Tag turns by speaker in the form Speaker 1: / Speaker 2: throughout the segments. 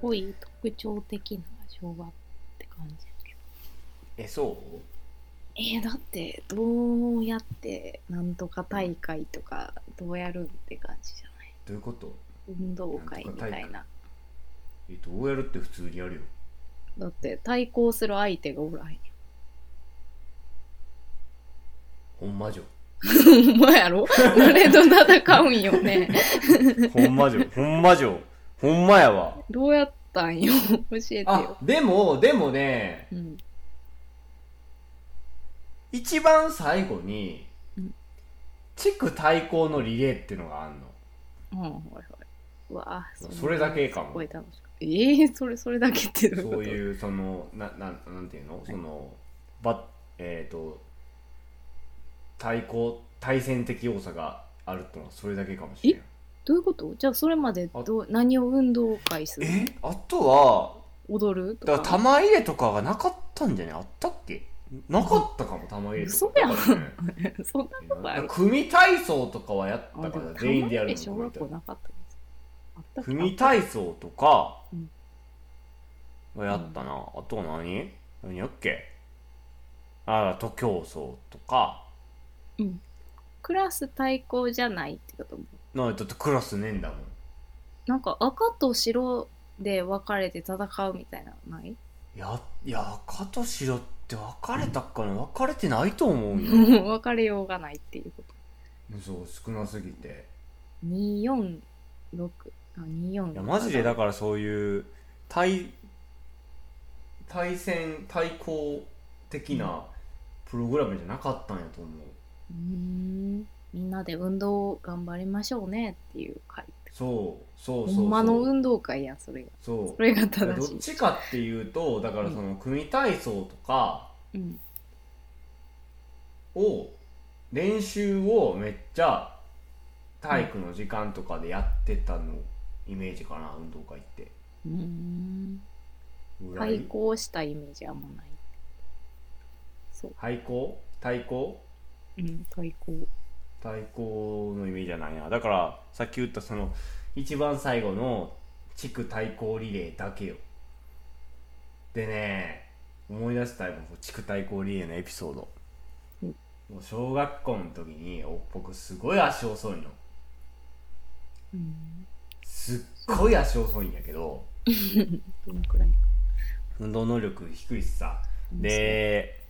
Speaker 1: ごい特徴的な昭和って感じだけど
Speaker 2: えそう
Speaker 1: えーだってどうやってなんとか大会とかどうやるんって感じじゃない
Speaker 2: どういうこと
Speaker 1: 運動会みた
Speaker 2: ないんとか大
Speaker 1: な
Speaker 2: 会えどうやるって普通にやるよ
Speaker 1: だって対抗する相手がおらへん
Speaker 2: ほん まじょ
Speaker 1: お前やろ誰と戦うんよね
Speaker 2: ほんまじょほんまじょほんまやわ
Speaker 1: どうやったんよ教えて
Speaker 2: あ
Speaker 1: よ、
Speaker 2: でもでもね
Speaker 1: うん、
Speaker 2: 一番最後に
Speaker 1: うん
Speaker 2: 地区対抗のリレーっていうのがあんの
Speaker 1: うんはいはいうわあ
Speaker 2: それだけかも
Speaker 1: すごい楽しかったええそれそれだけってどういうこと
Speaker 2: そういうそのななんなんていうのそのばえっ、と対抗対戦的要素があるってのはそれだけかもしれない
Speaker 1: どういうことじゃあそれまでどう何を運動会する
Speaker 2: えあとは
Speaker 1: 踊るとか
Speaker 2: だから玉入れとかがなかったんじゃないあったっけなかったかも玉入れとか
Speaker 1: 嘘やん
Speaker 2: だからね
Speaker 1: そんなことある
Speaker 2: 組体操とかはやった
Speaker 1: あで
Speaker 2: から
Speaker 1: も
Speaker 2: 全員でやる
Speaker 1: たまにね小
Speaker 2: の
Speaker 1: 学校なかったですあったっけ
Speaker 2: 組体操とか
Speaker 1: うん
Speaker 2: はやったな、あとは何何やっけああ徒競走とか
Speaker 1: うんクラス対抗じゃないってことも
Speaker 2: なだってクラスねえんだもん
Speaker 1: なんか赤と白で分かれて戦うみたいなの ない
Speaker 2: やいや赤と白って分かれたっかな分かれてないと思うよ
Speaker 1: もう分かれようがないっていうこと
Speaker 2: そう少なすぎて
Speaker 1: 246あ24
Speaker 2: いやマジでだからそういう対対戦対抗的なプログラムじゃなかったんやと思う
Speaker 1: うーんみんなで運動を頑張りましょうねっていう会
Speaker 2: そうそうそう
Speaker 1: ほんまの
Speaker 2: そう
Speaker 1: 運動会やんそれが
Speaker 2: そう
Speaker 1: それが
Speaker 2: ど
Speaker 1: 正
Speaker 2: っ
Speaker 1: しい
Speaker 2: ちかっていうとだからその組体操とか
Speaker 1: うん
Speaker 2: を練習をめっちゃ体育の時間とかでやってたのイメージかな運動会って
Speaker 1: うーん
Speaker 2: ぐら
Speaker 1: 対
Speaker 2: い
Speaker 1: 抗したイメージあんまないそう
Speaker 2: 廃校対抗
Speaker 1: うん対抗
Speaker 2: 対抗のイメージじゃないなだからさっき言ったその一番最後の地区対抗リレーだけよでね思い出したよ地区対抗リレーのエピソード、
Speaker 1: うん
Speaker 2: もう小学校の時にお僕すごい足遅いの
Speaker 1: うん
Speaker 2: すっごい足遅いんやけど
Speaker 1: どのくらいか
Speaker 2: 運動能力低いしさで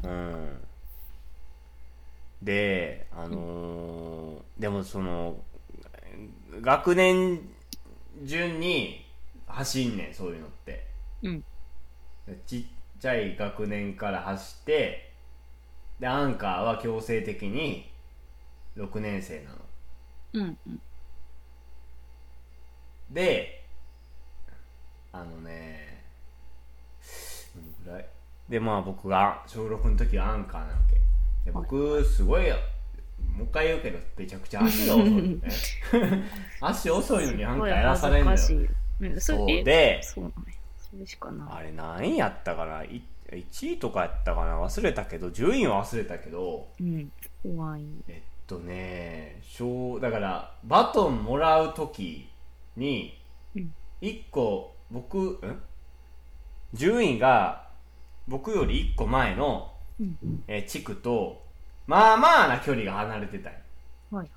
Speaker 1: 知
Speaker 2: う
Speaker 1: らん
Speaker 2: んであのーでもその学年順に走んねんそういうのって
Speaker 1: うん
Speaker 2: ちっちゃい学年から走ってでアンカーは強制的に6年生なの
Speaker 1: うんうん
Speaker 2: であのねどのぐらいでまあ僕が小6の時はアンカーなわけで僕すごいよもう一回言うけどめちゃくちゃ足が遅い のね足遅いのにアンカーやらされんのよ
Speaker 1: すごい恥ずかしいうんそ
Speaker 2: そう
Speaker 1: れえ
Speaker 2: で
Speaker 1: そうなんやそれしかない
Speaker 2: あれ何位やったかない1位とかやったかな忘れたけど順位は忘れたけど
Speaker 1: うん怖い
Speaker 2: えっとね小だからバトンもらう時に
Speaker 1: うん
Speaker 2: 1個僕ん順位が僕より1個前の、
Speaker 1: うん
Speaker 2: えー地区とまあまあな距離が離れてたんよ
Speaker 1: はい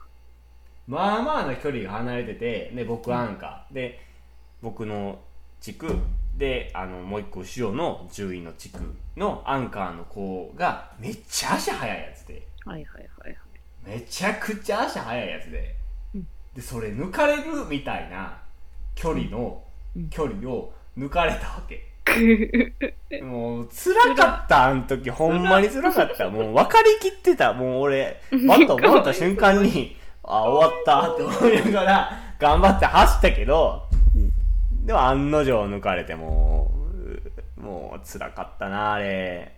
Speaker 2: まあまあな距離が離れててで僕アンカーで僕の地区であのもう1個後ろの順位の地区のアンカーの子がめっちゃ足速いやつで。
Speaker 1: はいはいはいはい
Speaker 2: めちゃくちゃ足速いやつで,、
Speaker 1: うん
Speaker 2: でそれ抜かれるみたいな距離
Speaker 1: う
Speaker 2: の、
Speaker 1: ん
Speaker 2: 距離を抜かれたわけもう辛かったあの時ほんまに辛かったもう分かりきってたもう俺バット持った瞬間にあ終わったって思いながら頑張って走ったけどでも案の定抜かれてもうもう辛かったなあれ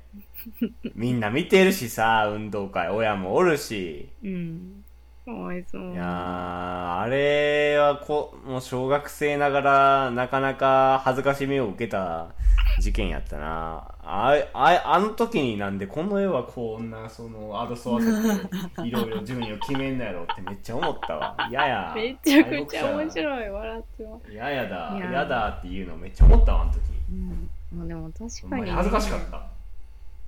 Speaker 2: みんな見てるしさ運動会親もおるし
Speaker 1: うんかわいそう
Speaker 2: いやー、あれはこ、もう小学生ながら、なかなか恥ずかしみを受けた事件やったなあああの時になんでこの絵はこんなその争わせていろいろ順位を決めんだやろってめっちゃ思ったわやや
Speaker 1: めちゃくちゃ面
Speaker 2: い
Speaker 1: 白い笑ってます、
Speaker 2: ややだ
Speaker 1: いや
Speaker 2: やだっていうのめっちゃ思ったわあの時
Speaker 1: うん、まあでも確
Speaker 2: ほん
Speaker 1: か
Speaker 2: ま
Speaker 1: に、
Speaker 2: に恥ずかしかった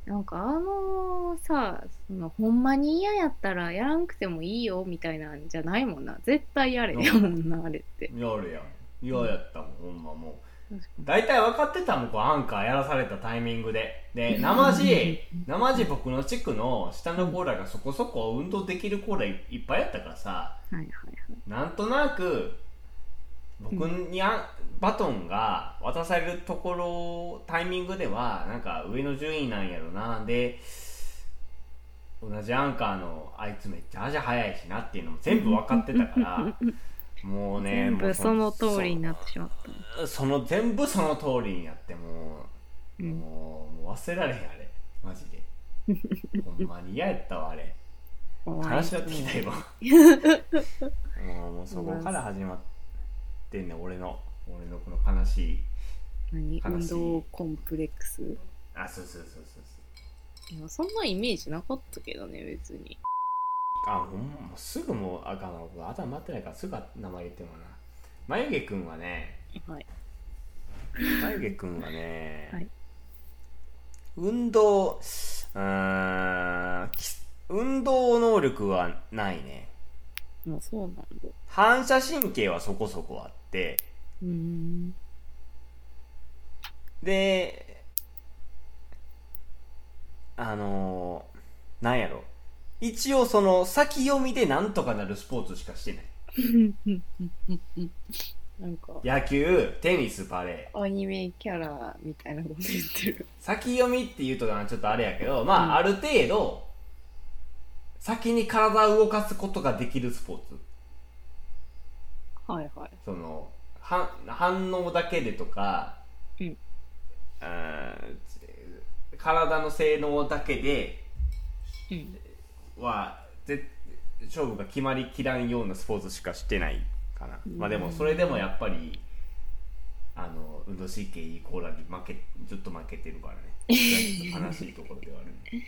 Speaker 1: なんかあのさそのほんまに嫌やったらやらんくてもいいよみたいなんじゃないもんな絶対やれ
Speaker 2: うん
Speaker 1: やもんなあれって
Speaker 2: やるやん嫌やったもんほんまもう大体分かってたもんこうアンカーやらされたタイミングでで生地生地僕の地区の下のコーラがそこそこ運動できるコーラいいっぱいあったからさ
Speaker 1: はいはい
Speaker 2: なんとなく僕にあ、バトンが渡されるところタイミングではなんか上の順位なんやろなで同じアンカーのあいつめっちゃ足速いしなっていうのも全部分かってたから もうね
Speaker 1: 全
Speaker 2: も
Speaker 1: 部
Speaker 2: う
Speaker 1: その通りになってしまった
Speaker 2: その全部その通りにやっても
Speaker 1: う
Speaker 2: う,、
Speaker 1: ん
Speaker 2: もうもう忘れられへんあれマジ でほんまに嫌やったわあれ
Speaker 1: 怖い
Speaker 2: 話だってきた今 もうもうそこから始まってんねん俺の俺のこの悲しい
Speaker 1: 何
Speaker 2: 悲
Speaker 1: 運
Speaker 2: しい
Speaker 1: 動コンプレックス
Speaker 2: あそうそうそうそうそう
Speaker 1: いやそんなイメージなかったけどね別に
Speaker 2: あほんまもうすぐもうあかんわ僕頭回ってないからすぐ名前言ってもな眉毛くんはね
Speaker 1: はい
Speaker 2: 眉毛くんはね、
Speaker 1: はい
Speaker 2: 運動うーんき運動能力はないね
Speaker 1: もうそうなんだ
Speaker 2: 反射神経はそこそこあって
Speaker 1: うーん
Speaker 2: であのーなんやろ一応その先読みでなんとかなるスポーツしかしてない
Speaker 1: なんか
Speaker 2: 野球テニスバレー
Speaker 1: アニメキャラみたいなこと言ってる
Speaker 2: 先読みっていうとなちょっとあれやけどまあ、
Speaker 1: う
Speaker 2: ある程度先に体を動かすことができるスポーツ
Speaker 1: はいはい
Speaker 2: その反反応だけでとか、
Speaker 1: うん
Speaker 2: あー体の性能だけで
Speaker 1: うん
Speaker 2: はぜ勝負が決まりきらんようなスポーツしかしてないかな、
Speaker 1: うん
Speaker 2: まあでもそれでもやっぱりあの運動神経いいコーラに負けずっと負けてるからねちょっと悲しいところではある ね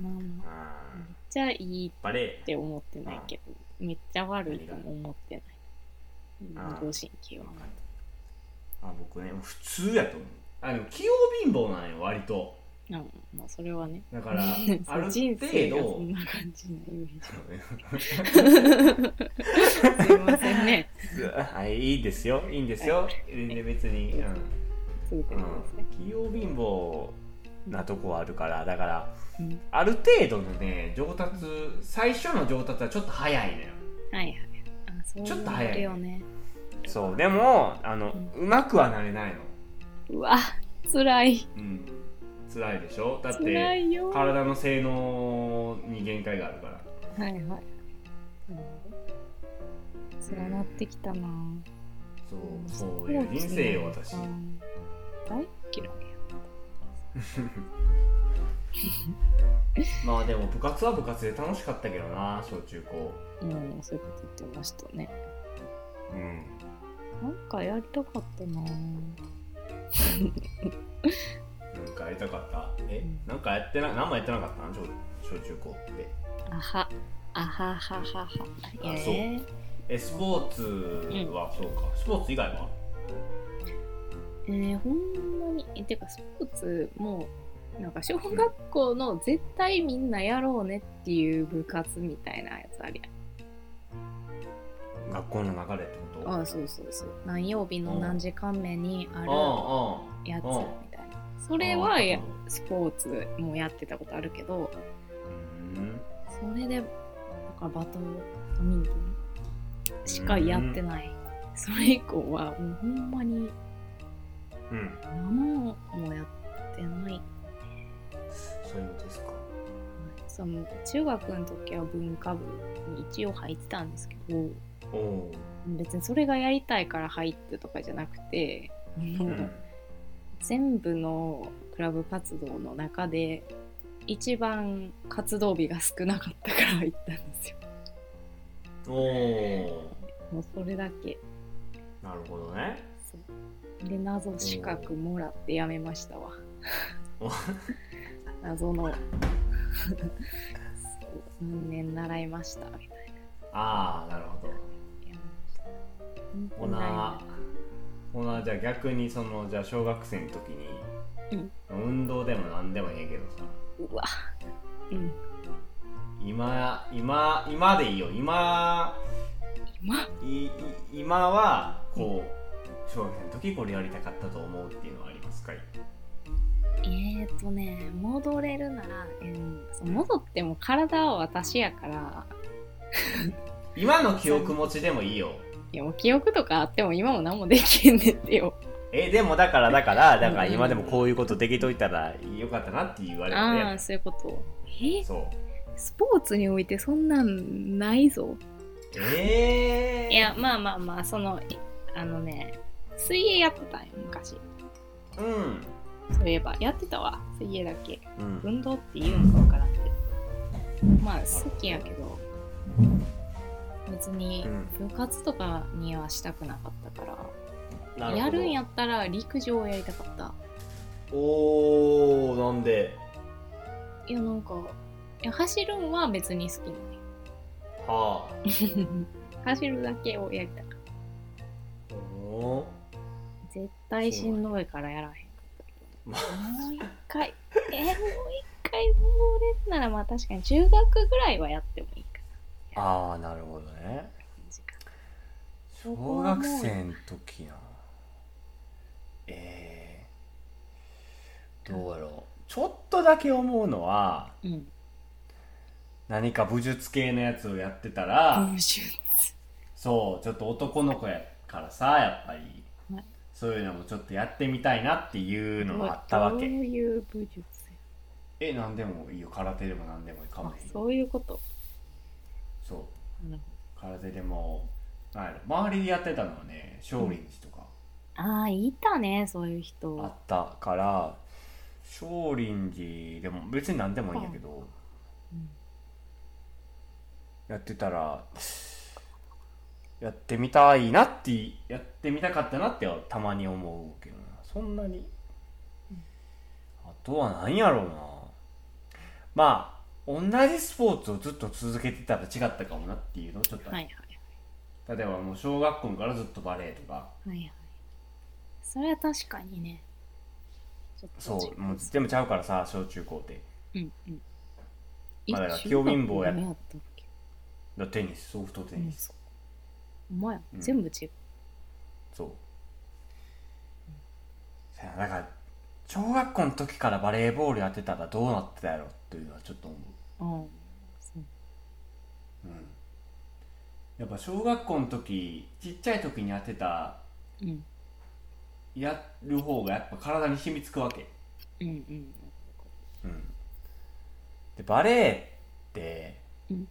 Speaker 1: まあまあ
Speaker 2: あ
Speaker 1: めっ
Speaker 2: ー
Speaker 1: ちゃいいっ
Speaker 2: バレ
Speaker 1: て思ってないけど、めっちゃ悪いとも思ってない。運
Speaker 2: ああ
Speaker 1: 動神経
Speaker 2: ー
Speaker 1: は
Speaker 2: わ。かったあ僕ね普通やと思うあでも器用貧乏なんよ割と
Speaker 1: うん、まあそれはね。
Speaker 2: だからある程
Speaker 1: 人生がそ
Speaker 2: 度
Speaker 1: んな感じなイメージ。
Speaker 2: は
Speaker 1: すいませんね。
Speaker 2: い、いいですよ、いいんですよ、全然別 に、うん
Speaker 1: 続けてくださ
Speaker 2: うん器用貧乏なとこはあるから、だから、
Speaker 1: い。うん
Speaker 2: ある程度のね、上達、最初の上達はちょっと早いのよ。
Speaker 1: はいはい。あ、そう
Speaker 2: ちょっと早い
Speaker 1: よね。
Speaker 2: そう、でも、あの、うまくはなれないの。
Speaker 1: うわ、辛い。
Speaker 2: うん、辛いでしょだっ
Speaker 1: 辛
Speaker 2: て、
Speaker 1: いよ。は
Speaker 2: 体の性能に限界があるから。
Speaker 1: いはい。うん辛なってきたな。
Speaker 2: そう、
Speaker 1: スポ
Speaker 2: そうい
Speaker 1: ー
Speaker 2: う
Speaker 1: ツ
Speaker 2: 人生を私。
Speaker 1: うん大嫌いや。
Speaker 2: まあでも部活は部活で楽しかったけどな小中高
Speaker 1: うん、そういうこと言ってましたね。
Speaker 2: うん
Speaker 1: なんかやりたかったなぁ
Speaker 2: なんかやりたかったえ
Speaker 1: うん
Speaker 2: なんかやってな何もやってなかったの小小中高って
Speaker 1: あは、あはははは。
Speaker 2: あそう
Speaker 1: え
Speaker 2: えスポーツはそうか、スポーツ以外は
Speaker 1: ー、えー、ほんまに、えてかスポーツもう、なんか小学校の絶対みんなやろうねっていう部活みたいなやつある
Speaker 2: 学校の流れってこ
Speaker 1: や
Speaker 2: と
Speaker 1: ん。
Speaker 2: あ
Speaker 1: あそうそうそう。何曜日の何時間目にある
Speaker 2: ああ
Speaker 1: やつ
Speaker 2: うん
Speaker 1: みたいな。それはや
Speaker 2: うん
Speaker 1: スポーツもやってたことあるけど、
Speaker 2: うん
Speaker 1: それで、なんかバトミントンしかやってない。それ以降は、もうほんまに
Speaker 2: うん
Speaker 1: 何もやってない
Speaker 2: そういうことですか
Speaker 1: その中学の時は文化部に一応入ってたんですけど
Speaker 2: おお
Speaker 1: 別にそれがやりたいから入ってとかじゃなくて、あ
Speaker 2: う
Speaker 1: の全部のクラブ活動の中で一番活動日が少なかったから入ったんですよ
Speaker 2: おお
Speaker 1: もうそれだけ
Speaker 2: なるほどね
Speaker 1: そうで謎資格もらってやめましたわ
Speaker 2: お
Speaker 1: 謎の そう何年習いましたみたい
Speaker 2: ああなるほど
Speaker 1: なやめました本当
Speaker 2: ほ
Speaker 1: に
Speaker 2: な
Speaker 1: な
Speaker 2: ほなじゃあ逆にそのじゃあ小学生の時に、運動でも何でもいいけどさ
Speaker 1: うわうん
Speaker 2: 今今今でいいよ今
Speaker 1: 今
Speaker 2: いい今はこう小学生の時これやりたかったと思うっていうのはありますかい
Speaker 1: えーとね戻れるなら、えーそう戻っても体は私やから
Speaker 2: 今の記憶持ちでもいいよ
Speaker 1: いやもう記憶とかあっても今も何もできんねんってよ
Speaker 2: えでもだからだからだから
Speaker 1: うん
Speaker 2: 今でもこういうことできといたらよかったなって言われて
Speaker 1: ああーそういうことえ
Speaker 2: そう
Speaker 1: スポーツにおいてそんなんないぞ
Speaker 2: ええー、
Speaker 1: いやまあまあまあそのいあのね水泳やってたんよ昔
Speaker 2: うん
Speaker 1: そういえばやってたわ水泳だけ
Speaker 2: うん
Speaker 1: 運動って言うんかわからんけどまあ好きやけど別に部活とかにはしたくなかったから、
Speaker 2: なほど
Speaker 1: やるんやったら陸上をやりたかった
Speaker 2: おーなんで
Speaker 1: いやなんかいや走るんは別に好きな
Speaker 2: はあ
Speaker 1: のよ 走るだけをやりたかった
Speaker 2: おー
Speaker 1: 絶対しんどいからやらへんかったもう一回えもう一回もうれんならまあ確かに中学ぐらいはやってもいいか
Speaker 2: ああなるほどね
Speaker 1: な感じか
Speaker 2: 小学生の時なえー、どうやろうちょっとだけ思うのは
Speaker 1: うん
Speaker 2: 何か武術系のやつをやってたら、
Speaker 1: 武術
Speaker 2: そうちょっと男の子やからさやっぱり、
Speaker 1: はい
Speaker 2: そういうのもちょっとやってみたいなっていうのもあったわ
Speaker 1: どう
Speaker 2: け
Speaker 1: いう武術
Speaker 2: え何でもいいよ空手でも何でもいいか
Speaker 1: あ
Speaker 2: もいい
Speaker 1: そういうこと
Speaker 2: そう
Speaker 1: なるほ
Speaker 2: 空手でもなんやろ周りでやってたのはね少林寺とか
Speaker 1: どああいたねそういう人
Speaker 2: あったから、少林寺でも別に何でもいいんやけど、
Speaker 1: うん
Speaker 2: やってたらやってみたいなってやってみたかったなってはたまに思うけどなそんなに、
Speaker 1: うん
Speaker 2: あとは何やろうなまあ同じスポーツをずっと続けてたら違ったかもなっていうのをちょっと、
Speaker 1: はいはい
Speaker 2: 例えばもう小学校からずっとバレエとか
Speaker 1: はいはいそれは確かにねちょっと
Speaker 2: そうもうでもちゃうからさ小中高で
Speaker 1: うんうん
Speaker 2: まあだから興味棒や
Speaker 1: 中学のったっけ
Speaker 2: だテニスソフトテ
Speaker 1: う
Speaker 2: ニ
Speaker 1: ん
Speaker 2: ス、
Speaker 1: そうお前、
Speaker 2: うん
Speaker 1: 全部違う
Speaker 2: そう、せやなだから小学校の時からバレーボールやってたらどうなってたやろっていうのはちょっと思
Speaker 1: うんそう
Speaker 2: う、うん、やっぱ小学校の時ちっちゃい時にやってた
Speaker 1: うん
Speaker 2: やる方がやっぱ体に染みつくわけ、
Speaker 1: うんうん
Speaker 2: うん、でバレーって
Speaker 1: うん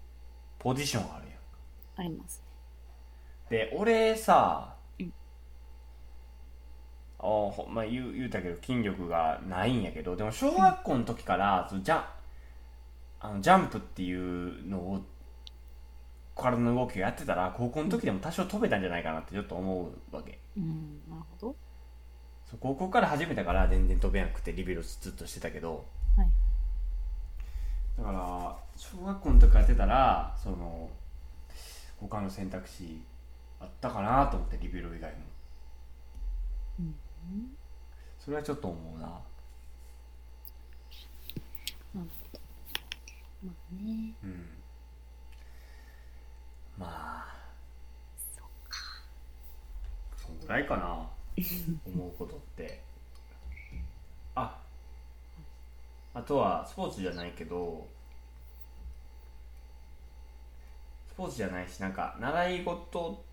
Speaker 2: ポジションあるやん
Speaker 1: あります
Speaker 2: で俺さ、
Speaker 1: うん
Speaker 2: あほまあ、言う言うたけど筋力がないんやけどでも小学校の時から、そのジャンあのジャンプっていうのを体の動きをやってたら高校の時でも多少飛べたんじゃないかなってちょっと思うわけ
Speaker 1: ねうんなるほど
Speaker 2: そう高校から始めたから全然飛べなくてリベロずっとしてたけど、
Speaker 1: はい
Speaker 2: だから小学校の時やってたらその他の選択肢あったかなと思ってリベロ以外も
Speaker 1: うん
Speaker 2: それはちょっと思うな
Speaker 1: まあね
Speaker 2: うんまあ
Speaker 1: そ
Speaker 2: そんぐらいかな思うことってああとはスポーツじゃないけどスポーツじゃないしなんか習い事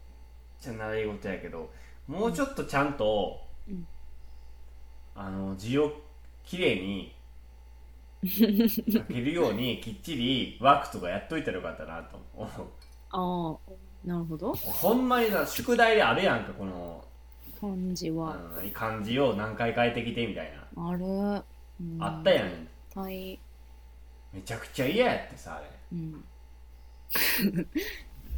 Speaker 2: じゃ習い事やけどもうちょっとちゃんと、
Speaker 1: うん
Speaker 2: あの字をきれいに書けるようにきっちりワークとかやっといたらよかったなと思う
Speaker 1: ああなるほど
Speaker 2: ほんまにさ宿題であるやんかこの
Speaker 1: 感じ
Speaker 2: あ
Speaker 1: は
Speaker 2: の何漢字を何回変えてきてみたいな、
Speaker 1: ある、うん
Speaker 2: あったやん
Speaker 1: はい
Speaker 2: めちゃくちゃ嫌やってさあれ
Speaker 1: うん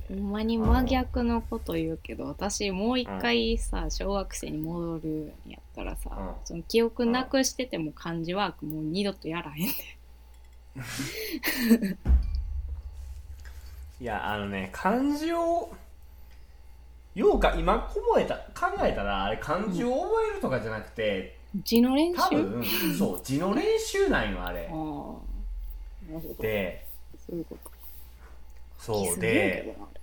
Speaker 1: ほんまに真逆のこと言うけど私もう一回さ小学生に戻るんやったらさ、
Speaker 2: うん
Speaker 1: その記憶なくしてても漢字ワークもう二度とやらへん ね
Speaker 2: いやあのね漢字をようか今こもえた考えたらあれ漢字を覚えるとかじゃなくて
Speaker 1: 字の練習
Speaker 2: 多分そう字の練習なんよあれ
Speaker 1: ああなるほど
Speaker 2: で
Speaker 1: そういうこと
Speaker 2: そう
Speaker 1: すごい
Speaker 2: で
Speaker 1: けどなあれ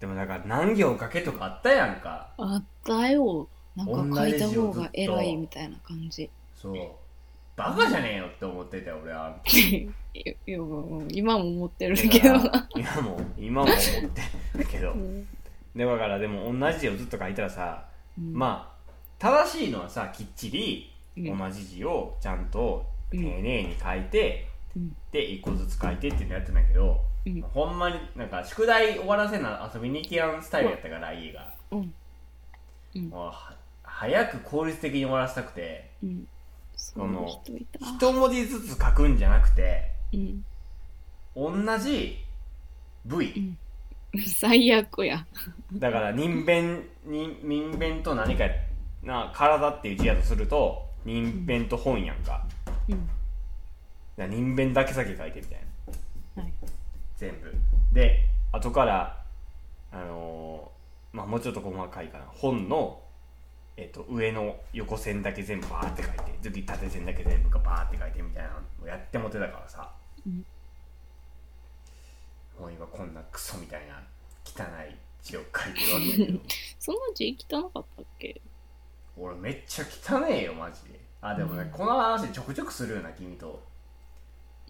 Speaker 2: でもだから何行かけとかあったやんか
Speaker 1: あったよなんか書いた方が
Speaker 2: 同じ字をずっと
Speaker 1: 偉いみたいな感じ
Speaker 2: そうバカじゃねえよって思ってたよ俺は
Speaker 1: や
Speaker 2: い
Speaker 1: いやもう今も思ってる
Speaker 2: だ
Speaker 1: け
Speaker 2: か
Speaker 1: ど
Speaker 2: ら今も今も思ってるけど
Speaker 1: うん
Speaker 2: でだからでも同じ字をずっと書いたらさ
Speaker 1: うん
Speaker 2: まあ正しいのはさきっちり
Speaker 1: うん
Speaker 2: 同じ字をちゃんと
Speaker 1: う
Speaker 2: 丁
Speaker 1: ん
Speaker 2: 寧に書い
Speaker 1: う
Speaker 2: て、
Speaker 1: ん
Speaker 2: で一個ずつ書いてっていうのやってんだけど、
Speaker 1: うん
Speaker 2: ほんまになんか宿題終わらせな遊びに行きやんスタイルやったから家が
Speaker 1: うん
Speaker 2: もうは早く効率的に終わらせたくて
Speaker 1: うんその人いた
Speaker 2: 一文字ずつ書くんじゃなくて
Speaker 1: うん
Speaker 2: 同じ
Speaker 1: う
Speaker 2: V
Speaker 1: ん最悪や
Speaker 2: だから人弁人人弁と何かやな体っていう字やとすると人弁と本やんか
Speaker 1: うん
Speaker 2: だから人弁だけ先書いてみたいな
Speaker 1: はい
Speaker 2: 全部で後からあのーまあもうちょっと細かいかな本の、えっと、上の横線だけ全部バーって書いて次縦線だけ全部がバーって書いてみたいなのをやってもてたからさ、
Speaker 1: うん
Speaker 2: もう今こんなクソみたいな汚い字を書いてるわけや けど
Speaker 1: その字汚かったっけ
Speaker 2: 俺めっちゃ汚えよマジであでもね、
Speaker 1: うん
Speaker 2: この話ちょくちょくするよな君と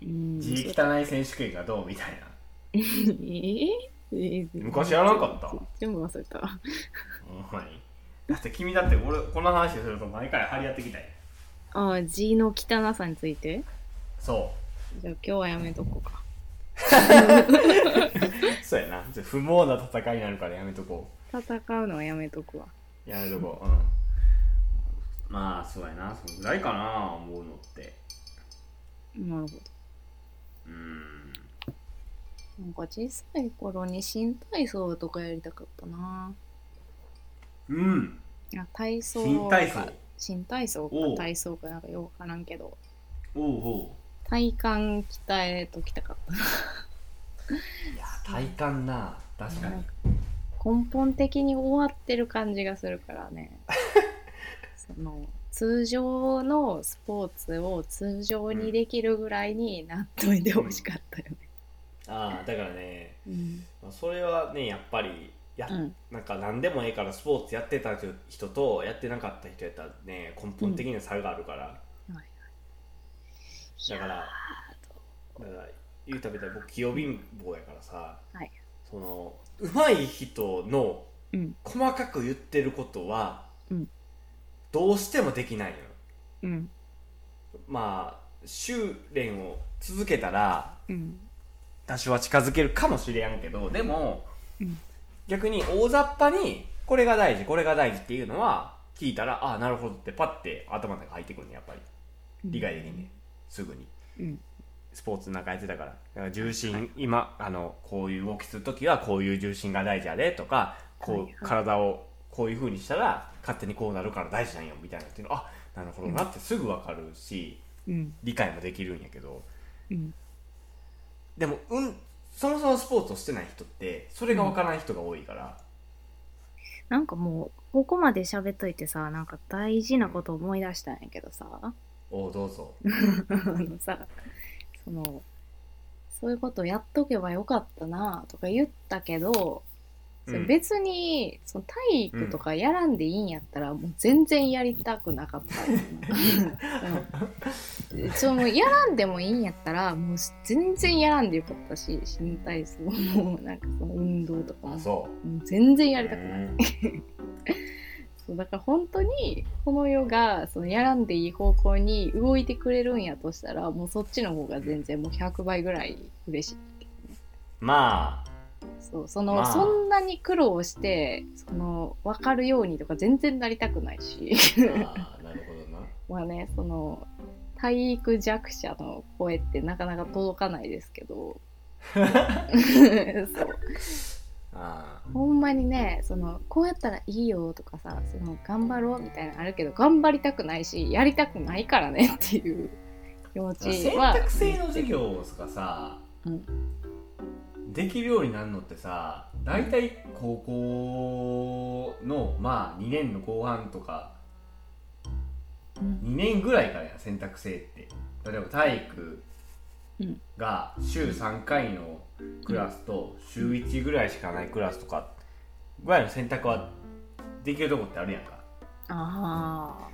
Speaker 1: うん
Speaker 2: 字汚い選手権がどうみたいな
Speaker 1: えーえー
Speaker 2: 昔やらんかった
Speaker 1: 全部忘れた
Speaker 2: お前だって君だって俺この話をすると毎回張り合ってきたよ
Speaker 1: ああ字の汚さについて
Speaker 2: そ
Speaker 1: じゃあ今日はやめとこうか
Speaker 2: うそうやなちょっと不毛な戦いになるからやめとこ
Speaker 1: 戦うのはやめとくわ
Speaker 2: うやめとこううんまあそうやなそのぐらいかな思うのって
Speaker 1: なるほ
Speaker 2: うーん
Speaker 1: どなんか小さい頃に新体操とかやりたかったな
Speaker 2: うん
Speaker 1: いや体操
Speaker 2: 新体操
Speaker 1: か新体操か
Speaker 2: おう
Speaker 1: 体操かなんかよくわからんけど
Speaker 2: おうお
Speaker 1: 体幹鍛えときたかった
Speaker 2: ういや体感な確かに
Speaker 1: 根本的に終わってる感じがするから ねその通常のスポーツを通常にできるぐらいになっといてほしかったよね、
Speaker 2: ああだからね
Speaker 1: うん
Speaker 2: まあそれはねやっぱりや、
Speaker 1: うん
Speaker 2: なんか何でもええからスポーツやってた人とやってなかった人やったらね根本的な差があるから、
Speaker 1: うんはい
Speaker 2: だからだから言うたみたいに僕器用貧乏やからさ、
Speaker 1: はい
Speaker 2: その上手い人の
Speaker 1: うん
Speaker 2: 細かく言ってることは、
Speaker 1: うん
Speaker 2: どうしてもできないのよ
Speaker 1: うん
Speaker 2: まあ修練を続けたら
Speaker 1: うん
Speaker 2: 多少は近づけるかもしれんけどでも、
Speaker 1: うん
Speaker 2: 逆に大雑把にこれが大事これが大事っていうのは聞いたらああなるほどってパッて頭の中入ってくるねやっぱり理解できんねすぐに
Speaker 1: うん
Speaker 2: スポーツなんかやってたからだから重心、今あのこういう動きする時はこういう重心が大事やでとか
Speaker 1: はい
Speaker 2: こ
Speaker 1: はいう
Speaker 2: 体をこういうふうにしたら勝手にこうなるから大事なんよみたいなっていうのあなるほどなってすぐ分かるし
Speaker 1: うん
Speaker 2: 理解もできるんやけど、
Speaker 1: うん
Speaker 2: でも、うん、そもそもスポーツをしてない人ってそれがわからない人が多いから、
Speaker 1: なんかもうここまで喋っといてさなんか大事なこと思い出したんやけどさ
Speaker 2: おうどうぞ
Speaker 1: あのさそのそういうことやっとけばよかったなとか言ったけど、それ
Speaker 2: うん
Speaker 1: 別にその体育とかやらんでいいんやったら、もう全然やりたくなかった、うん、そのやらんでもいいんやったらもう全然やらんでよかったし新体操もなんかその運動とかも
Speaker 2: あそ
Speaker 1: もう全然
Speaker 2: う
Speaker 1: やりたくない。
Speaker 2: うん
Speaker 1: そうだから本当にこの世がそのやらんでいい方向に動いてくれるんやとしたらもうそっちの方が全然もう100倍ぐらい嬉しい
Speaker 2: まあ
Speaker 1: そうその、
Speaker 2: まあ
Speaker 1: そんなに苦労してその分かるようにとか全然なりたくないし
Speaker 2: ああなるほどな
Speaker 1: まあね その体育弱者の声ってなかなか届かないですけどそう
Speaker 2: あ
Speaker 1: ほんまにねそのこうやったらいいよとかさその頑張ろうみたいなのあるけど頑張りたくないしやりたくないからね っていう気持
Speaker 2: ー
Speaker 1: ち
Speaker 2: 選
Speaker 1: は
Speaker 2: 択制の授業がさ、
Speaker 1: う
Speaker 2: できるようになるのってさ大体高校のまあ2年の後半とか
Speaker 1: うん
Speaker 2: 2年ぐらいからや選択制って例えば体育
Speaker 1: うん
Speaker 2: が週3回のクラスと週1ぐらいしかないクラスとかぐらいの選択はできるとこってあるやんかだ
Speaker 1: あ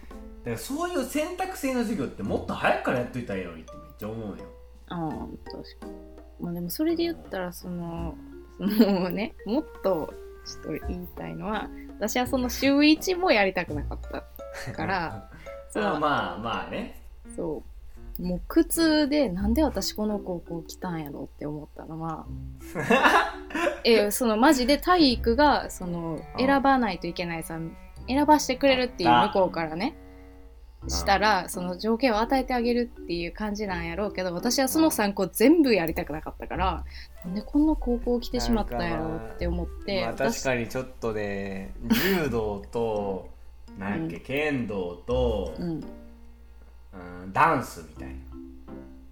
Speaker 2: からそういう選択制の授業ってもっと早くからやっといたらいいのにってめっちゃ思うよ
Speaker 1: あうん確かにまあでもそれで言ったらそのそのねもっとちょっと言いたいのは私はその週1もやりたくなかったからそ
Speaker 2: まあ
Speaker 1: の
Speaker 2: まあまあね
Speaker 1: そうもう苦痛でなんで私この高校来たんやろって思ったの はえそのマジで体育がその
Speaker 2: あ
Speaker 1: 選ばないといけないさ選ばしてくれるっていう
Speaker 2: あ
Speaker 1: 向こうからね
Speaker 2: あ
Speaker 1: したらその条件を与えてあげるっていう感じなんやろうけど私はその3個全部やりたくなかったからなんでこんな高校来てしまったんやろうって思って、
Speaker 2: まあ、
Speaker 1: 私
Speaker 2: 確かにちょっとね柔道となんやっけ剣道と、
Speaker 1: うん
Speaker 2: うんダンスみたいな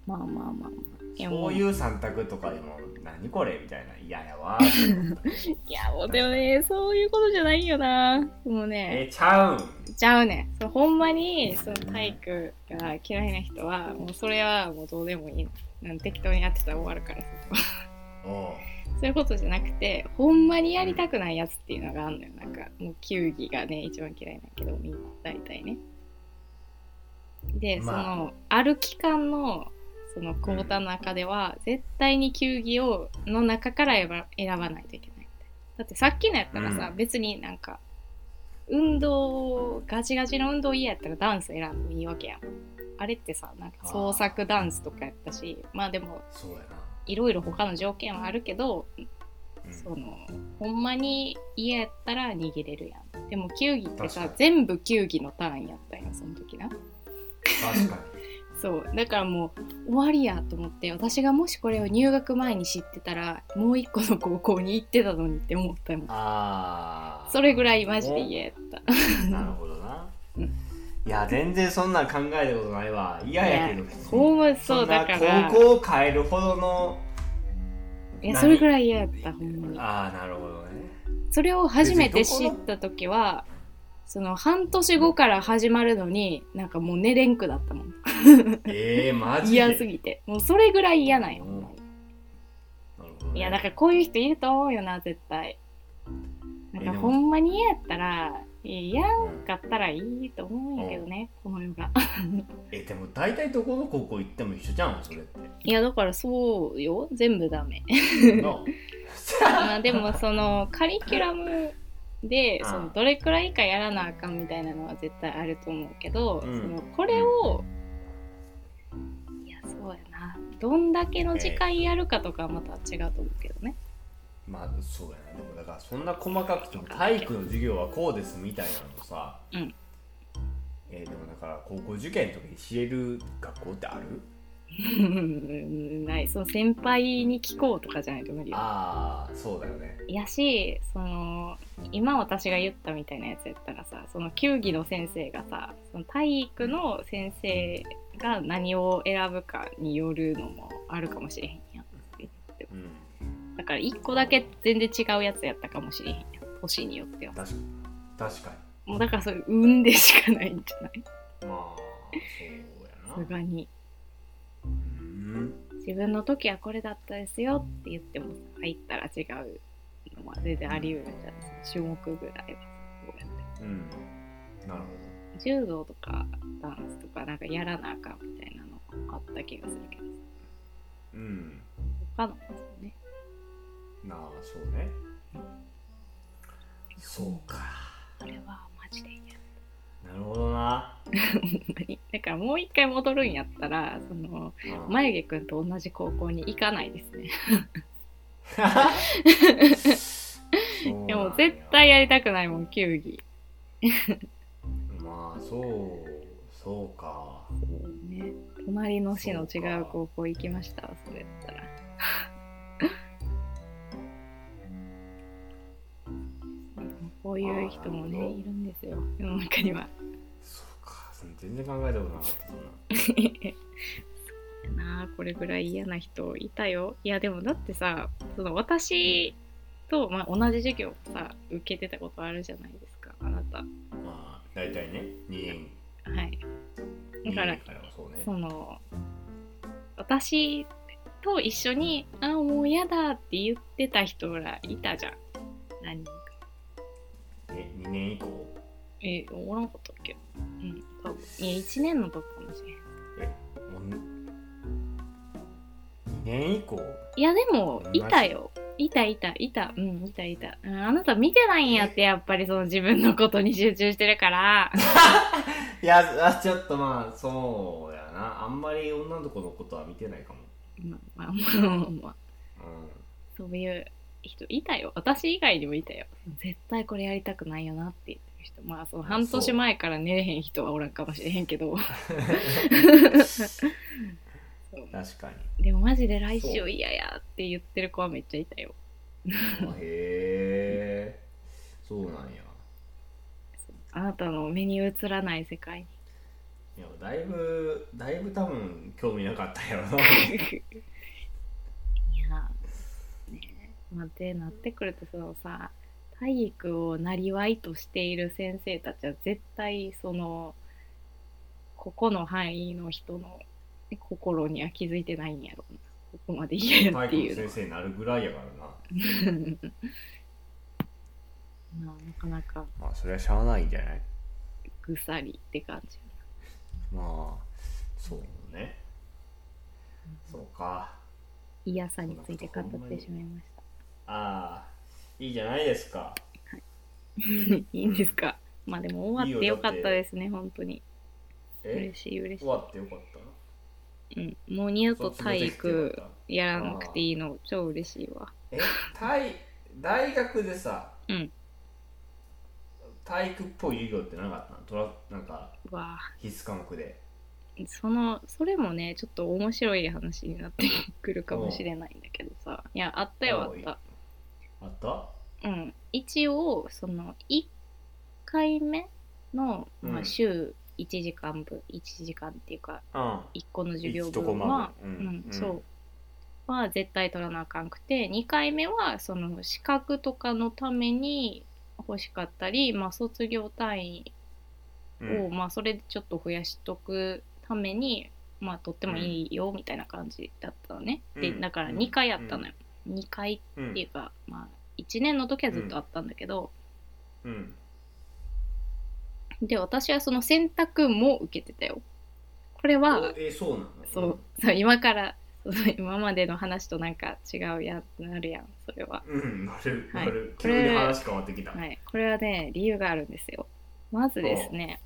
Speaker 1: まあまあまあまあいやも
Speaker 2: そうういう三択とかでも何これみたいな嫌や わーって思った
Speaker 1: いやもうでもねそういうことじゃないよなもうね
Speaker 2: えちゃうん
Speaker 1: ちゃうねんそうほんまにその体育が嫌いな人はもうそれはもうどうでもいいなん適当にやってたら終わるからそこは
Speaker 2: おう
Speaker 1: そういうことじゃなくてほんまにやりたくないやつっていうのがあるのよなんかもう球技がね一番嫌いなんやけどみんな大体ねで、
Speaker 2: まあ
Speaker 1: そのある期間のそのクォーターの中では、絶対に球技をの中から選ば選ばないといけないみたいなだってさっきのやったらさ、
Speaker 2: うん
Speaker 1: 別になんか運動ガチガチの運動嫌やったらダンス選んでもいいわけやんあれってさなんか創作ダンスとかやったしまあでも
Speaker 2: そうや
Speaker 1: いろいろ他の条件はあるけど
Speaker 2: な、うん
Speaker 1: そのほんまに嫌やったら逃げれるやんでも球技って
Speaker 2: 確
Speaker 1: さ
Speaker 2: かに
Speaker 1: 全部球技のターンやったんやその時な
Speaker 2: 確か
Speaker 1: そうだからもう終わりやと思って私がもしこれを入学前に知ってたらもう一個の高校に行ってたのにって思ったもん
Speaker 2: にああ
Speaker 1: それぐらいマジで嫌やった
Speaker 2: なるほどな
Speaker 1: うん
Speaker 2: いや全然そんなん考えたことないわ嫌やけど別に
Speaker 1: ほんまそ
Speaker 2: そ
Speaker 1: うん
Speaker 2: な
Speaker 1: だから
Speaker 2: 高校を変えるほどの
Speaker 1: いやそれぐらい嫌やったほんまに
Speaker 2: ああなるほどね
Speaker 1: それを初めて知った時はその半年後から始まるのになんかもう寝れんくだったもん
Speaker 2: えー、マジで
Speaker 1: 嫌すぎてもうそれぐらい嫌なんよほんまに
Speaker 2: なるほど
Speaker 1: い
Speaker 2: ね
Speaker 1: やだからこういう人いると思うよな絶対なん
Speaker 2: えで
Speaker 1: か
Speaker 2: も
Speaker 1: ほんまに嫌やったらいや
Speaker 2: うん
Speaker 1: 買ったらいいと思うんやけどね、この世が。
Speaker 2: えでも大体どこの高校行っても一緒じゃんそれ って
Speaker 1: いやだからそうよ全部ダメ。
Speaker 2: の
Speaker 1: まあでもそのカリキュラムで
Speaker 2: ああ
Speaker 1: そのどれくらいかやらなあかんみたいなのは絶対あると思うけど、
Speaker 2: うん
Speaker 1: そのこれをいやそうやなどんだけの時間やるかとかはまた違うと思うけどね。
Speaker 2: まあそうやなでもだからそんな細かくても体育の授業はこうですみたいなのさ、
Speaker 1: うん
Speaker 2: えーでもだから高校受験の時に知れる学校ってある
Speaker 1: ないその先輩に聞こうとかじゃないと無理よ。
Speaker 2: ああそうだよね
Speaker 1: やしその今私が言ったみたいなやつやったらさその球技の先生がさその体育の先生が何を選ぶかによるのもあるかもしれへんやん
Speaker 2: うん
Speaker 1: だから1個だけ全然違うやつやったかもしれへんやん年によっては
Speaker 2: 確かに確か
Speaker 1: もうだからそれ運でしかないんじゃない
Speaker 2: にま
Speaker 1: さ
Speaker 2: あそうや
Speaker 1: す
Speaker 2: な
Speaker 1: がに
Speaker 2: うん
Speaker 1: 自分の時はこれだったですよって言っても入ったら違うのは全然あり得るんじゃないですか種目ぐらいはこうやって。
Speaker 2: うんなるほ
Speaker 1: 柔道とかダンスとかなんかやらなあかんみたいなのあった気がするけど
Speaker 2: どうん
Speaker 1: 他のですよね
Speaker 2: なあそうねそうか
Speaker 1: あれはマジで嫌
Speaker 2: なるほどな、
Speaker 1: ほんまにだからもう一回戻るんやったらその
Speaker 2: うん
Speaker 1: 眉毛くんと同じ高校に行かないですねいやもう絶対やりたくないもん球技
Speaker 2: まあそうそうか
Speaker 1: そうね隣の市の違う高校行きましたわそれやったらそういう人も
Speaker 2: あーなる
Speaker 1: ね
Speaker 2: ほど
Speaker 1: いるんですよ世の中には。
Speaker 2: そうか全然考えたことなかったそんな
Speaker 1: やなこれぐらい嫌な人いたよいやでもだってさその私と、まあ、同じ授業をさ受けてたことあるじゃないですかあなた
Speaker 2: まあ大体ね2円
Speaker 1: はいだから
Speaker 2: 2円からはそうね
Speaker 1: その私と一緒に「あもう嫌だ」って言ってた人らいたじゃん何人か
Speaker 2: え2年以降
Speaker 1: えおらんかったっけうん多分いや1年の時かもしれん
Speaker 2: もう2年以降
Speaker 1: いやでも
Speaker 2: マジ
Speaker 1: いたよいたいたいたうんいたいたうんあなた見てないんやってやっぱりその自分のことに集中してるから
Speaker 2: いやあちょっとまあそうやなあんまり女の子のことは見てないかも
Speaker 1: まあまあまあまあまあ
Speaker 2: うん
Speaker 1: そういう人いたよ私以外にもいたよ絶対これやりたくないよなって言ってる人まあその半年前から寝れへん人はおらんかもしれへんけどそう
Speaker 2: 確かに
Speaker 1: でもマジで来
Speaker 2: そ
Speaker 1: 週
Speaker 2: う
Speaker 1: 嫌やって言ってる子はめっちゃいたよ
Speaker 2: あへえそうなんや
Speaker 1: あなたの目に映らない世界に
Speaker 2: いやだいぶだいぶ多分興味なかったやろない
Speaker 1: や、ね、まあ、でなってくるとそのさ体育をなりわいとしている先生たちは絶対そのここの範囲の人の心には気づいてないんやろうなここまで嫌やって
Speaker 2: 体
Speaker 1: い
Speaker 2: 育
Speaker 1: う
Speaker 2: の先生になるぐらいやからな
Speaker 1: のまあなかなか
Speaker 2: まあそれはしゃあないんじゃない
Speaker 1: ぐさりって感じ
Speaker 2: まあそうねそうか
Speaker 1: 嫌さについて語ってしまいまし
Speaker 2: ああいいじゃないですか
Speaker 1: た いいんですかまあでも終わってよかったですね本当に
Speaker 2: え
Speaker 1: 嬉しい嬉しい
Speaker 2: 終わってよかった
Speaker 1: うん、もう二度と
Speaker 2: 卒業で
Speaker 1: 体
Speaker 2: きてよ
Speaker 1: 育
Speaker 2: かった
Speaker 1: やらなくていいの超嬉しいわ。
Speaker 2: え体大学でさ、
Speaker 1: うん
Speaker 2: 体育っぽい授業ってなかったのトラなんか
Speaker 1: わあ
Speaker 2: 必須科目で
Speaker 1: そのそれもねちょっと面白い話になってくるかもしれないんだけどさいやあったよあ
Speaker 2: おう
Speaker 1: っ
Speaker 2: あった
Speaker 1: た。うん、一応その1回目の、ま
Speaker 2: う
Speaker 1: あ、
Speaker 2: ん
Speaker 1: 週1時間分、1時間っていうか
Speaker 2: うん
Speaker 1: 1個の授業
Speaker 2: 一とこ
Speaker 1: 分
Speaker 2: ま
Speaker 1: は
Speaker 2: でう
Speaker 1: うん
Speaker 2: ん、
Speaker 1: そうは絶対取らなあかんくて2回目はその資格とかのために欲しかったり、まあ、卒業単位
Speaker 2: う
Speaker 1: を、
Speaker 2: ん
Speaker 1: まあ、それでちょっと増やしとくために、まあ、取ってもいいよみたいな感じだったのね、で
Speaker 2: うん
Speaker 1: だから
Speaker 2: うん
Speaker 1: 2回やったのよ、2回っていうか、まあ、1年の時はずっとあったんだけど、
Speaker 2: うん
Speaker 1: で私はその選択も受けてたよこれ
Speaker 2: お
Speaker 1: は
Speaker 2: えそうなの
Speaker 1: そうそう今からそう今までの話となんか違うやんってなるやんそれは
Speaker 2: うん、うん、なる
Speaker 1: は
Speaker 2: ないる、
Speaker 1: これ
Speaker 2: 急に話変わってきた、
Speaker 1: はい、これはね理由があるんですよ。まずですね、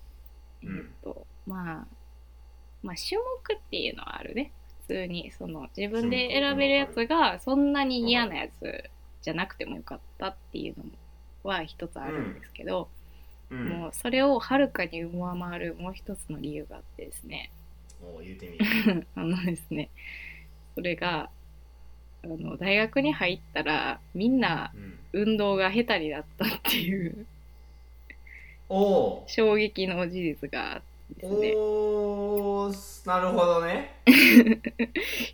Speaker 1: え
Speaker 2: おううん
Speaker 1: っとまあ、まあ種目っていうのはあるね普通にその自分で選べるやつがそんなに嫌なやつじゃなくてもよかったっていうのは一つあるんですけど、
Speaker 2: うん、
Speaker 1: もうそれをはるかに上回るもう一つの理由があってですね
Speaker 2: もう言うてみ
Speaker 1: あのですねそれがあの大学に入ったらみんな
Speaker 2: うん、
Speaker 1: 運動が下手になったっていう。
Speaker 2: おお
Speaker 1: 衝撃の事実が ですね。
Speaker 2: おーなるほどね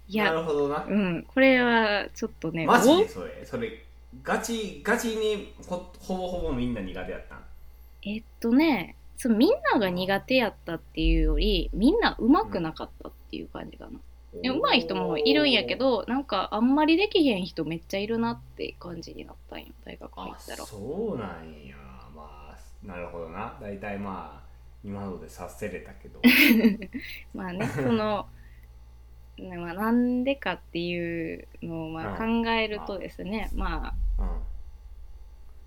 Speaker 1: い
Speaker 2: な
Speaker 1: や、
Speaker 2: るほどな
Speaker 1: う、ん、これはちょっとね、
Speaker 2: マジ
Speaker 1: お
Speaker 2: でそれそれガチガチにほほぼほぼみんな苦手やったん
Speaker 1: えっとね、そうみんなが苦手やったっていうより、みんな上手くなかったっていう感じかな。で上手い人もいるんやけど、なんかあんまりできへん人めっちゃいるなって感じになったんよ、大学入
Speaker 2: あ
Speaker 1: ったら。
Speaker 2: そうなんやまあなるほどな大体まあ今ので察せれた けど
Speaker 1: まあね、その、ねまあ、なんでかっていうのをまあ
Speaker 2: う
Speaker 1: 考えるとですね、まあ、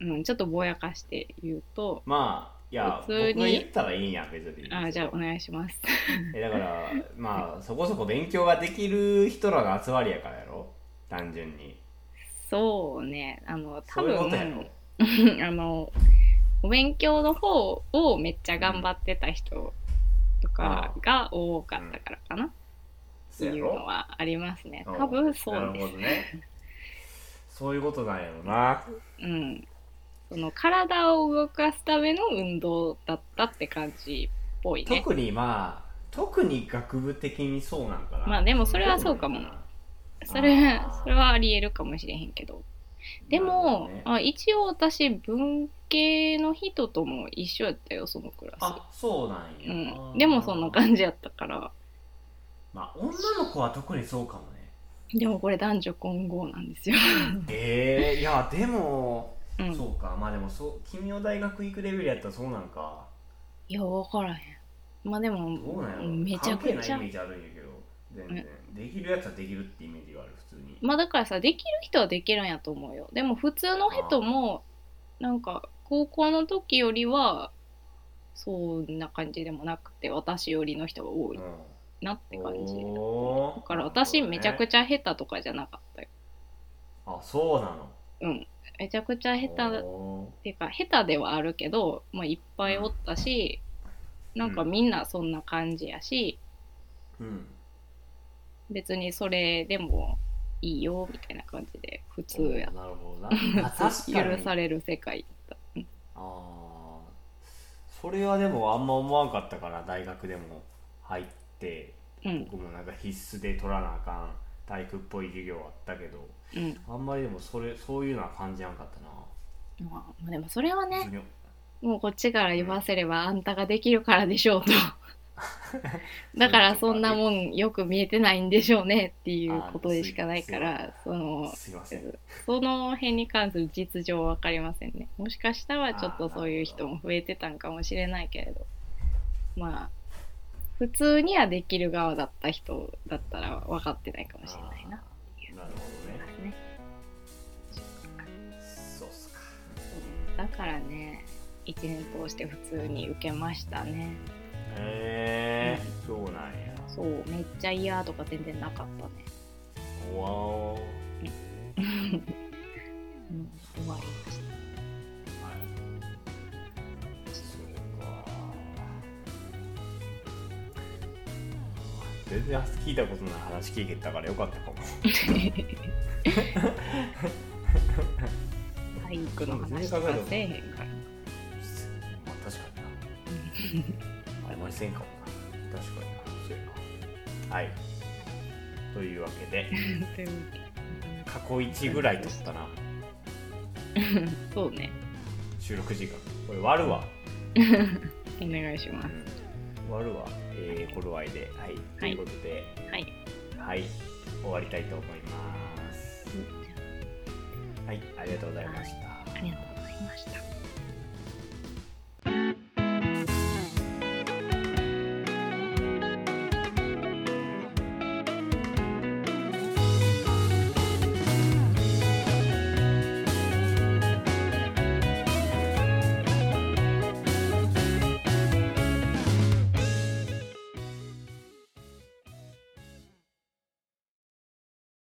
Speaker 2: うん
Speaker 1: うん、ちょっとぼやかして言うと、
Speaker 2: まあいや
Speaker 1: 普通に
Speaker 2: 僕が言ったらいいんや別に
Speaker 1: あじゃあお願いします。
Speaker 2: えだからまあそこそこ勉強ができる人らの集まりやからやろ単純に
Speaker 1: そうね、あの、多
Speaker 2: そういうことや
Speaker 1: 分
Speaker 2: ろ、
Speaker 1: あの、お勉強の方をめっちゃ頑張ってた人とかが多かったからかなって
Speaker 2: そうや
Speaker 1: いう
Speaker 2: ろ
Speaker 1: のはありますね。
Speaker 2: うん
Speaker 1: 多分そう
Speaker 2: な
Speaker 1: で
Speaker 2: るほ
Speaker 1: す。
Speaker 2: どねそういうことなんやろな
Speaker 1: うん。その体を動かすための運動だったって感じっぽいね。
Speaker 2: 特にまあ特に学部的にそうなんかな
Speaker 1: まあでもそれはそうかもそれ
Speaker 2: あー
Speaker 1: それはありえるかもしれへんけど。でも、
Speaker 2: なるほどね
Speaker 1: あ一応私文系の人とも一緒やったよそのクラス。
Speaker 2: あそうなん
Speaker 1: う
Speaker 2: や、
Speaker 1: ん、でもそんな感じやったから
Speaker 2: まあ女の子は特にそうかもね
Speaker 1: でもこれ男女混合なんです よ。
Speaker 2: ええいやでも、
Speaker 1: うん、
Speaker 2: そうかまあでもそう君の大学行くレベルやったらそうなんか
Speaker 1: いや分からへん。まあでも
Speaker 2: どうなんやろ
Speaker 1: めちゃくちゃ
Speaker 2: 関係ないイメージあるんやけど全然できるやつはできるってイメージがある普通に
Speaker 1: まあだからさできる人はできるんやと思うよでも普通の人もなんか高校の時よりはそんな感じでもなくて私よりの人が多い
Speaker 2: っ
Speaker 1: なって感じだ
Speaker 2: だ
Speaker 1: から私めちゃく
Speaker 2: ち
Speaker 1: ちゃ下手とかじゃなかったよ
Speaker 2: ゃ、あそうなの
Speaker 1: うんめちゃくちゃ下手っ
Speaker 2: お
Speaker 1: ていうか下手ではあるけど、まあ、いっぱいおったし、なんかみんなそんな感じやし
Speaker 2: ーうん
Speaker 1: 別にそれでもいいよみたいな感じで普通や
Speaker 2: なるほ どなあ確かに
Speaker 1: 許される世界だった
Speaker 2: あーそれはでもあんま思わんかったから大学でも入って
Speaker 1: うん
Speaker 2: 僕もなんか必須で取らなあかん体育っぽい授業あったけど
Speaker 1: うん
Speaker 2: あんまりでもそれそういうのは感じなかったな
Speaker 1: まあ、でもそれはね
Speaker 2: 授業
Speaker 1: もうこっちから言わせればあんたができるからでし ょうとだからそんなもんよく見えてないんでしょうねっていうことでしかないからその
Speaker 2: すいません
Speaker 1: その辺に関する実情は分かりませんねもしかしたらちょっとそういう人も増えてたんかもしれないけれどまあ普通にはできる側だった人だったら分かってないかもしれないな。
Speaker 2: あーなるほどね
Speaker 1: ね
Speaker 2: そうっすか
Speaker 1: だからね1年通して普通に受けましたね
Speaker 2: へえー、そうなんや
Speaker 1: そうめっちゃ嫌とか全然なかったね
Speaker 2: うわお
Speaker 1: うん終わりました
Speaker 2: はいそうか全然聞いたことない話聞けたからよかったかも
Speaker 1: 体育の話とかせえへんから
Speaker 2: まあ確かになあれまりせんかもな確かになそうやなはいというわけで
Speaker 1: という
Speaker 2: 過去1ぐらい取ったな
Speaker 1: そうね
Speaker 2: 収録時間これ割るわ、
Speaker 1: お願いします
Speaker 2: 割るわえー、頃合いではい、ということで
Speaker 1: はい
Speaker 2: はい終わりたいと思いますはいありがとうございました、
Speaker 1: ありがとうございました